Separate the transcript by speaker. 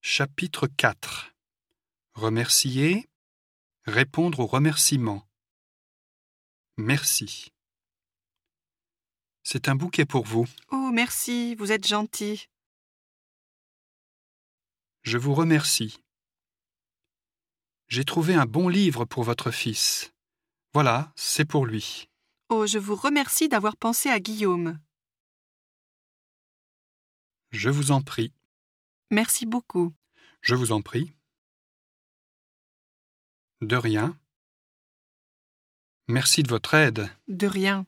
Speaker 1: Chapitre 4 Remercier Répondre aux remerciements Merci. C'est un bouquet pour vous.
Speaker 2: Oh, merci, vous êtes gentil.
Speaker 1: Je vous remercie. J'ai trouvé un bon livre pour votre fils. Voilà, c'est pour lui.
Speaker 2: Oh, je vous remercie d'avoir pensé à Guillaume.
Speaker 1: Je vous en prie.
Speaker 2: Merci beaucoup.
Speaker 1: Je vous en prie. De rien. Merci de votre aide.
Speaker 2: De rien.